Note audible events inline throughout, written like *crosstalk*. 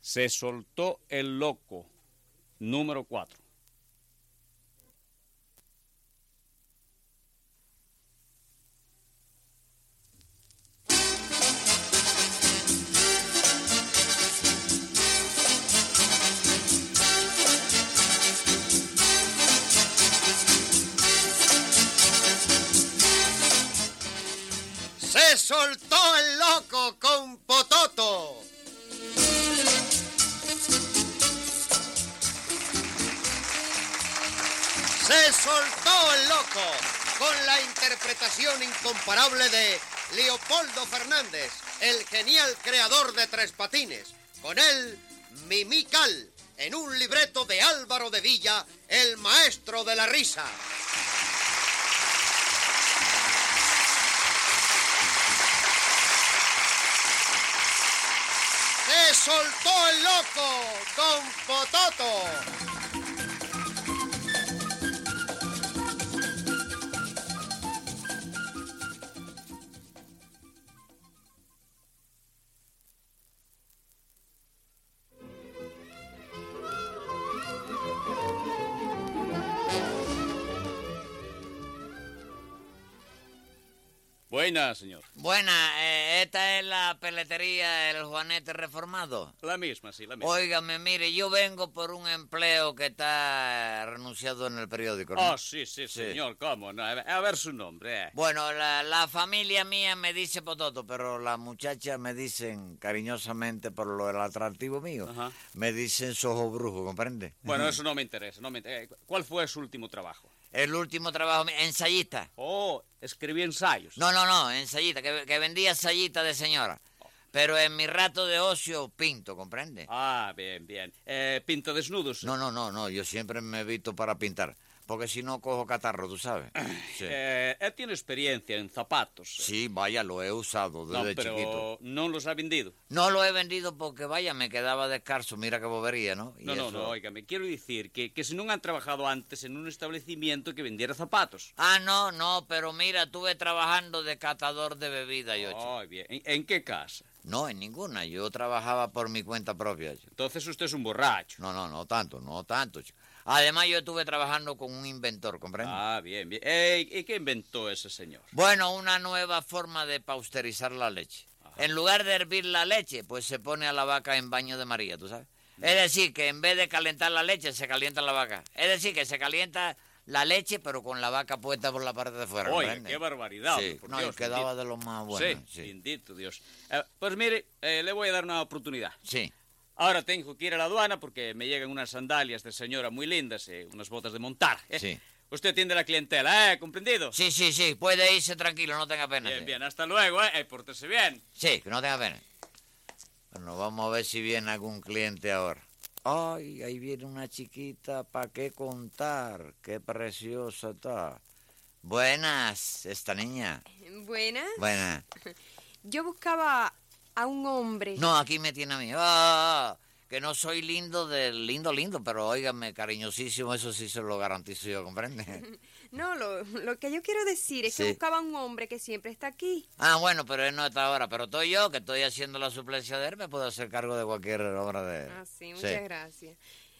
Se soltó el loco, número 4. Se soltó el loco con Pototo. Se soltó el loco con la interpretación incomparable de Leopoldo Fernández, el genial creador de Tres Patines. Con él, Mimical, en un libreto de Álvaro de Villa, el maestro de la risa. Se soltó el loco con Pototo. Buena, señor. Buena, eh, esta es la peletería del Juanete Reformado. La misma, sí, la misma. Óigame, mire, yo vengo por un empleo que está eh, renunciado en el periódico. ¿no? Ah, sí, sí, señor, cómo no. A ver, a ver su nombre. eh. Bueno, la, la familia mía me dice Pototo, pero las muchachas me dicen cariñosamente por lo del atractivo mío. Ajá. Me dicen sojo brujo, ¿comprende? Bueno, eso no me interesa, no me inter- eh, ¿Cuál fue su último trabajo? El último trabajo, mío, ensayista. Oh, escribí ensayos. No, no, no, ensayista, que, que vendía sayita de señora. Oh. Pero en mi rato de ocio pinto, ¿comprende? Ah, bien, bien. Eh, pinto desnudos. No, no, no, no, yo siempre me visto para pintar, porque si no cojo catarro, tú sabes. Sí, Eh, él tiene experiencia en zapatos. Sí, vaya, lo he usado No, desde pero chiquito. no los ha vendido. No lo he vendido porque, vaya, me quedaba descalzo, mira qué bobería, ¿no? Y No, no, eso- no, óigame, quiero decir que, que si no han trabajado antes en un establecimiento que vendiera zapatos. Ah, no, no, pero mira, estuve trabajando de catador de bebida, yo. chico. Ay, bien. ¿En, en qué casa? No, en ninguna, yo trabajaba por mi cuenta propia. chico. Entonces usted es un borracho. No, no, no tanto, no tanto. chico. Además, yo estuve trabajando con un inventor, ¿comprende? Ah, bien, bien. Eh, ¿Y qué inventó ese señor? Bueno, una nueva forma de pausterizar la leche. En lugar de hervir la leche, pues se pone a la vaca en baño de María, ¿tú sabes? Es decir, que en vez de calentar la leche, se calienta la vaca. Es decir, que se calienta la leche, pero con la vaca puesta por la parte de fuera. Oiga, ¿comprende? qué barbaridad, Sí. por No, Dios, y quedaba bendito. de los más buenos. sí, Sí. bendito Dios. Eh, pues mire, eh, le voy a dar una oportunidad. Sí. Ahora tengo que ir a la aduana porque me llegan unas sandalias de señora muy lindas, eh, unas botas de montar. ¿eh? Sí. Usted atiende la clientela, ¿eh? ¿Comprendido? sí, sí, sí, puede irse tranquilo, no tenga pena. Bien, sí. bien, hasta luego, ¿eh? Eh, Pórtese bien. Sí, que no tenga pena. Bueno, vamos a ver si viene algún cliente ahora. Ay, ahí viene una chiquita, ¿para qué contar? Qué preciosa está. Buenas, esta niña. Buena. Buenas. Yo buscaba a un hombre. No, aquí me tiene a mí. Ah, que no soy lindo de lindo, lindo, pero óigame, cariñosísimo, eso sí se lo garantizo yo, ¿comprende? *laughs* No, lo, lo que yo quiero decir es Sí. que buscaba a un hombre que siempre está aquí. Ah, bueno, pero él no está ahora, pero estoy yo, que estoy haciendo la suplencia de él, me puedo hacer cargo de cualquier obra de él. Ah, sí, muchas gracias.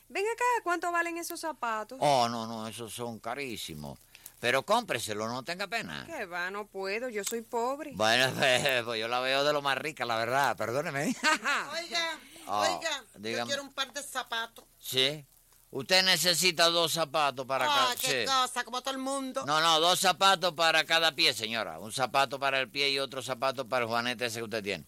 Ven acá, ¿cuánto valen esos zapatos? Oh, no, no, esos son carísimos. Pero cómpreselo, no tenga pena. Que va, no puedo, yo soy pobre. Bueno, *laughs* pues, pues yo la veo de lo más rica, la verdad, perdóneme. *laughs* Oiga, Ah, oiga, dígame. yo quiero un par de zapatos. sí. Usted necesita dos zapatos para Ah, cada... sí. qué cosa, como todo el mundo. No, no, dos zapatos para cada pie, señora. Un zapato para el pie y otro zapato para el juanete ese que usted tiene.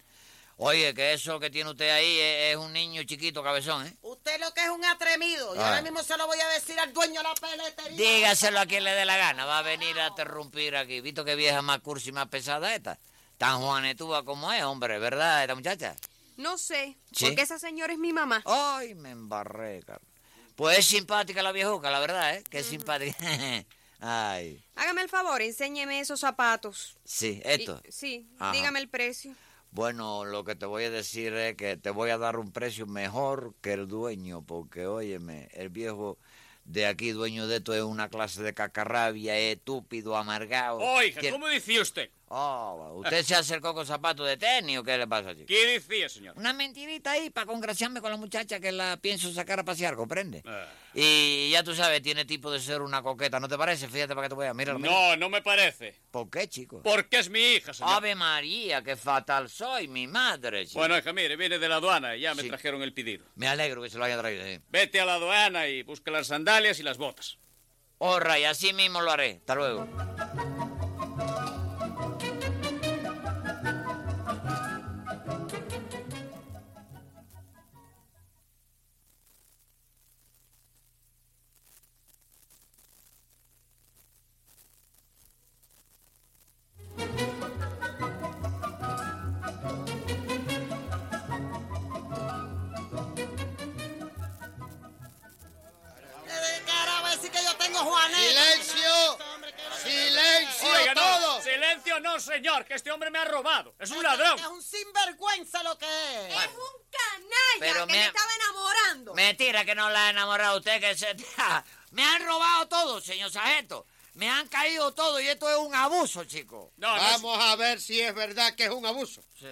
Oye, que eso que tiene usted ahí es, es un niño chiquito cabezón, ¿eh? Usted lo que es un atrevido. Y Ah. ahora mismo se lo voy a decir al dueño de la peletería. Dígaselo a quien le dé la gana, va a venir a interrumpir aquí. ¿Visto qué vieja más cursi y más pesada esta? Tan juanetúa como es, hombre, ¿verdad, esta muchacha? No sé, Sí. porque esa señora es mi mamá. Ay, me embarré, Carlos. Pues es simpática la viejuca, la verdad, ¿eh? Que es simpática. *laughs* Ay, Hágame el favor, enséñeme esos zapatos. sí, Di- esto. sí, Ajá. dígame el precio. Bueno, lo que te voy a decir es que te voy a dar un precio mejor que el dueño, porque óyeme, el viejo de aquí, dueño de esto, es una clase de cacarrabia, estúpido, amargado. Oiga, Tien- ¿cómo decía usted? Oh, ¿usted se acercó con zapatos de tenis o qué le pasa, chico? ¿Qué decía, señor? Una mentirita ahí para congraciarme con la muchacha que la pienso sacar a pasear, ¿comprende? Ah. Y ya tú sabes, tiene tipo de ser una coqueta, ¿no te parece? Fíjate para que te voy a mirar. No, no me parece. ¿Por qué, chico? Porque es mi hija, señor. Ave María, qué fatal soy, mi madre, chico. Bueno, hija, mire, viene de la aduana y ya me Sí. trajeron el pedido. Me alegro que se lo haya traído. sí. Vete a la aduana y busca las sandalias y las botas. Horra, y así mismo lo haré. Hasta luego. Eh, Cara, a decir que yo tengo Juanete. ¡Silencio! Hombre, que- ¡Silencio Oiga, no, todo! silencio no, señor, que este hombre me ha robado. Es un Es ladrón. un sinvergüenza lo que es. Es un canalla Pero que me- me estaba enamorando. Mentira que no la ha enamorado usted, que se... Me han robado todo, señor sargento. Me han caído todo y esto es un abuso, chico. No, no, Vamos a ver si es verdad que es un abuso. Sí.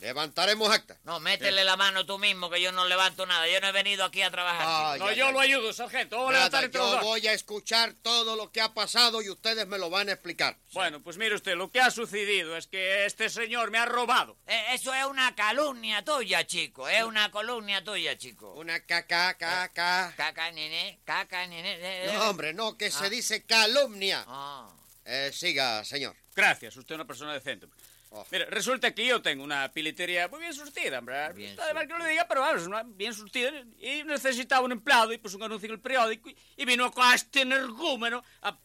Levantaremos acta. No, métele la mano tú mismo, que yo no levanto nada. Yo no he venido aquí a trabajar. Ay, no, ay, yo ay. lo ayudo, sargento. Vamos a Nada, levantar entre los yo dos. voy a escuchar todo lo que ha pasado y ustedes me lo van a explicar. Bueno, pues mire usted, lo que ha sucedido es que este señor me ha robado. Eh, eso es una calumnia tuya, chico. Es una calumnia tuya, chico. Una caca, caca. Caca, nene, caca, nene. eh, eh. No, hombre, no, que se Ah. dice calumnia. Ah. Eh, siga, señor. Gracias, usted es una persona decente. Oh. Mira, resulta que yo tengo una piletería muy bien surtida, hombre. Bien Está de mal que no lo diga, pero vamos, una- bien surtida. Y necesitaba un empleado y puso un anuncio en el periódico y, y vino acá este energúmeno a...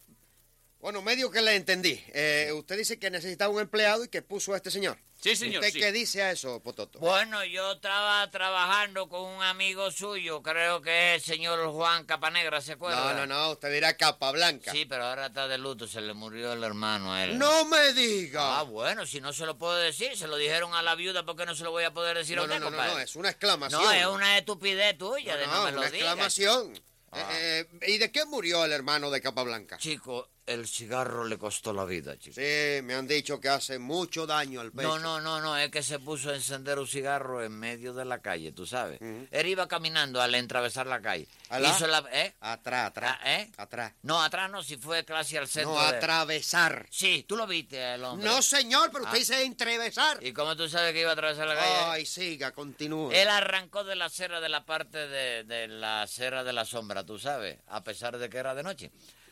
Bueno, medio que le entendí. Eh, usted dice que necesitaba un empleado y que puso a este señor. Sí, señor, ¿Usted sí. qué dice a eso, Pototo? Bueno, yo estaba trabajando con un amigo suyo, creo que es el señor Juan Capanegra, ¿se acuerda? No, no, no, usted dirá capa blanca. Sí, pero ahora está de luto, se le murió el hermano a él. No me diga. Ah, bueno, si no se lo puedo decir, se lo dijeron a la viuda, ¿por qué no se lo voy a poder decir a no, no, usted, no, no, compadre? no, es una exclamación. No, es una estupidez tuya, de No, no, no, me lo una digas. exclamación. Ah. Eh, eh, ¿Y de qué murió el hermano de capa blanca? Chico, el cigarro le costó la vida, chico. Sí, me han dicho que hace mucho daño al pecho. No, no, no, no, es que se puso a encender un cigarro en medio de la calle, tú sabes. Él iba caminando al atravesar la calle. ¿Alá? Hizo la- ¿eh? Atrás, atrás. Ah, ¿eh? Atrás. No, atrás no, si fue casi al centro. No, de- atravesar. Sí, tú lo viste, el hombre. No, señor, pero usted Ah. dice entrevesar. ¿Y cómo tú sabes que iba a atravesar la calle? Ay, siga, continúe. Él arrancó de la acera de la parte de, de la acera de la sombra, tú sabes, a pesar de que era de noche.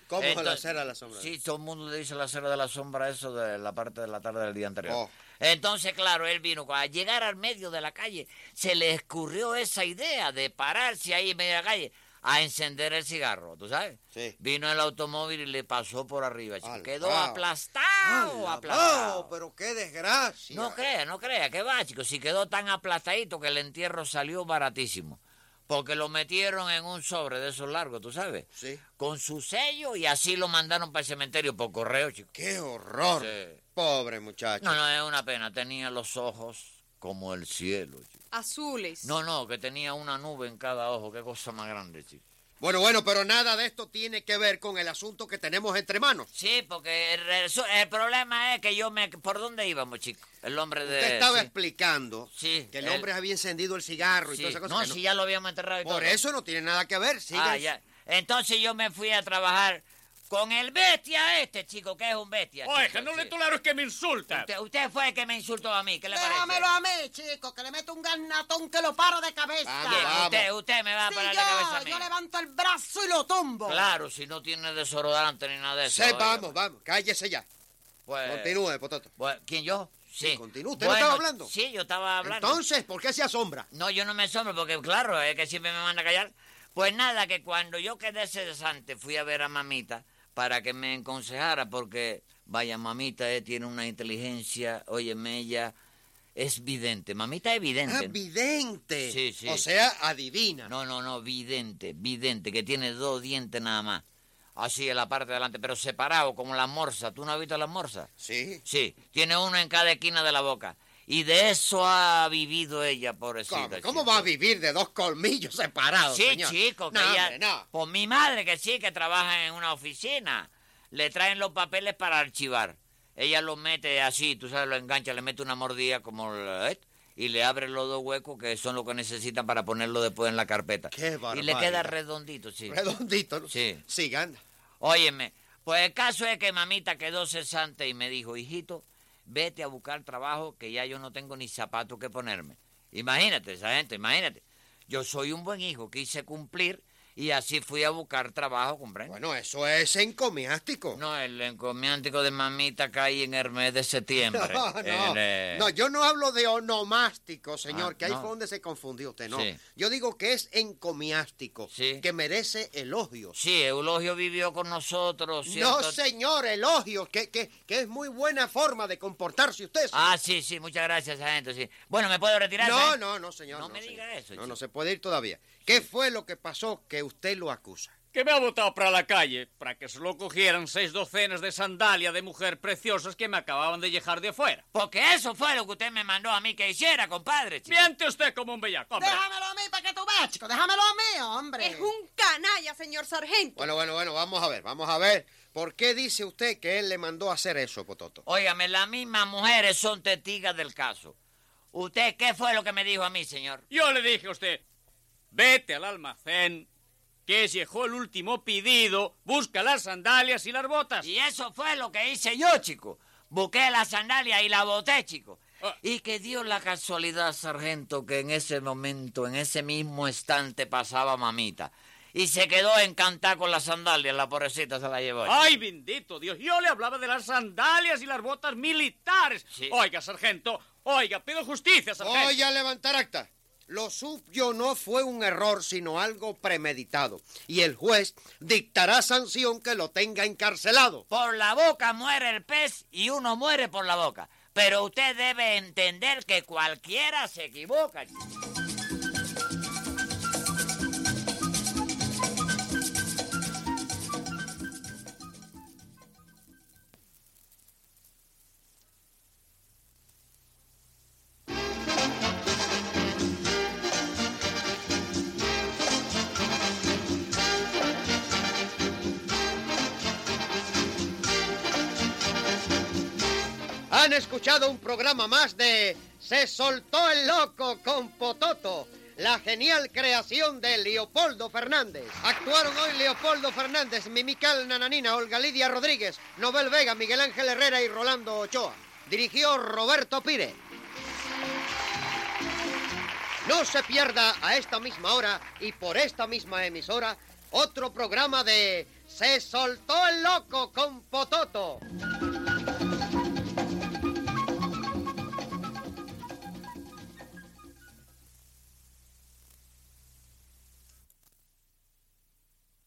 ¿Cómo es la Entonces- acera de la sombra? Sí, todo el mundo le dice la acera de la sombra eso de la parte de la tarde del día anterior. Oh. Entonces, claro, él vino, al llegar al medio de la calle, se le escurrió esa idea de pararse ahí en medio de la calle a encender el cigarro, ¿tú sabes? Sí. Vino el automóvil y le pasó por arriba, chico. Al Quedó pao. aplastado, ¡Hala, aplastado. no, oh, pero qué desgracia. No crea, no crea, que va, chicos. Si quedó tan aplastadito que el entierro salió baratísimo. Porque lo metieron en un sobre de esos largos, tú sabes. Sí. Con su sello y así lo mandaron para el cementerio por correo, chicos. Qué horror. Sí. Pobre muchacho. No, no, es una pena. Tenía los ojos como el cielo, chico. Azules. No, no, que tenía una nube en cada ojo. Qué cosa más grande, chico. Bueno, bueno, pero nada de esto tiene que ver con el asunto que tenemos entre manos. Sí, porque el, resu- el problema es que yo me... ¿Por dónde íbamos, chicos? El hombre de... Usted estaba Eh, sí. explicando Sí, que el el- hombre había encendido el cigarro y Sí. toda esa cosa. No, que no- si ya lo habíamos enterrado y Por todo. eso no tiene nada que ver. Siga. Ah, ya. Entonces yo me fui a trabajar con el bestia este, chico, que es un bestia. Oiga, chico, no sí. le tolero que me insulta. usted, usted fue el que me insultó a mí, ¿qué le parece? Déjamelo a mí, chico, que le meto un garnatón que lo paro de cabeza. Vamos, Bien, vamos. usted, usted me va a Sí, parar yo, la cabeza a mí. yo levanto el brazo y lo tumbo. Claro, si no tiene desodorante ni nada de eso. Sí, oiga, vamos, vamos. Cállese ya. Pues, Continúe, Pototo. pues, ¿Quién yo? Sí. Sí, continúe. ¿Usted no estaba hablando? Sí, yo estaba hablando. Entonces, ¿por qué se asombra? No, yo no me asombro porque, claro, es que siempre me manda a callar. Pues nada, que cuando yo quedé cesante fui a ver a mamita para que me aconsejara porque, vaya, mamita eh, tiene una inteligencia, óyeme, ella es vidente. Mamita es vidente. Ah, ¿no? vidente. Sí, sí. O sea, adivina. No, no, no, vidente, vidente, que tiene dos dientes nada más. Así en la parte de adelante, pero separado, como la morsa. ¿Tú no has visto la morsa? Sí. Sí, tiene uno en cada esquina de la boca. Y de eso ha vivido ella, ¿Cómo, pobrecita. cómo chico. va a vivir de dos colmillos separados, Sí, señor? chico, que no, ella- hombre, no. Pues mi madre que sí, que trabaja en una oficina. Le traen los papeles para archivar. ella lo mete así, tú sabes, lo engancha, le mete una mordida como la- et, y le abre los dos huecos que son lo que necesitan para ponerlo después en la carpeta. Qué Y le queda barbaridad. redondito, sí. Redondito, ¿no? Sí. Sigan. Óyeme, pues el caso es que mamita quedó cesante y me dijo, hijito, vete a buscar trabajo que ya yo no tengo ni zapato que ponerme. Imagínate, esa gente, imagínate. Yo soy un buen hijo, quise cumplir y así fui a buscar trabajo, ¿comprende? Bueno, eso es encomiástico. No, el encomiántico de mamita cae en Hermes de septiembre. *laughs* No, no. El, eh, No, yo no hablo de onomástico, señor, Ah, que ahí no. fue donde se confundió usted, no. Sí. Yo digo que es encomiástico, Sí. que merece elogios. Sí, Eulogio vivió con nosotros, ¿cierto? No, señor, elogios, que, que, que es muy buena forma de comportarse usted. señor. Ah, sí, sí, muchas gracias, sargento, sí. Bueno, ¿me puedo retirar? no, sargento? no, no, señor. No me diga señor. No, eso, chico. no se puede ir todavía. ¿Qué fue lo que pasó que usted lo acusa? Que me ha botado para la calle para que se lo cogieran seis docenas de sandalias de mujer preciosas que me acababan de llegar de afuera. Porque eso fue lo que usted me mandó a mí que hiciera, compadre. chico. Miente usted como un bellaco, hombre. Déjamelo a mí para que tú veas, chico. Déjamelo a mí, hombre. Es un canalla, señor sargento. Bueno, bueno, bueno, vamos a ver, vamos a ver. ¿Por qué dice usted que él le mandó a hacer eso, Pototo? Óigame, las mismas mujeres son testigas del caso. ¿Usted qué fue lo que me dijo a mí, señor? Yo le dije a usted, vete al almacén, que llegó el último pedido, busca las sandalias y las botas. Y eso fue lo que hice yo, chico. Busqué la sandalia y la boté, chico. Ah. Y que dio la casualidad, sargento, que en ese momento, en ese mismo instante, pasaba mamita. Y se quedó encantada con la sandalia, la pobrecita se la llevó. chico. Ay, bendito Dios, yo le hablaba de las sandalias y las botas militares. Sí. Oiga, sargento, oiga, pido justicia, sargento. Voy a levantar acta. Lo suyo no fue un error, sino algo premeditado. Y el juez dictará sanción que lo tenga encarcelado. Por la boca muere el pez y uno muere por la boca. Pero usted debe entender que cualquiera se equivoca. chico. Han escuchado un programa más de Se soltó el loco con Pototo. La genial creación de Leopoldo Fernández. Actuaron hoy Leopoldo Fernández, Mimical Nananina, Olga Lidia Rodríguez, Nobel Vega, Miguel Ángel Herrera y Rolando Ochoa. Dirigió Roberto Pire. No se pierda a esta misma hora y por esta misma emisora otro programa de Se soltó el loco con Pototo.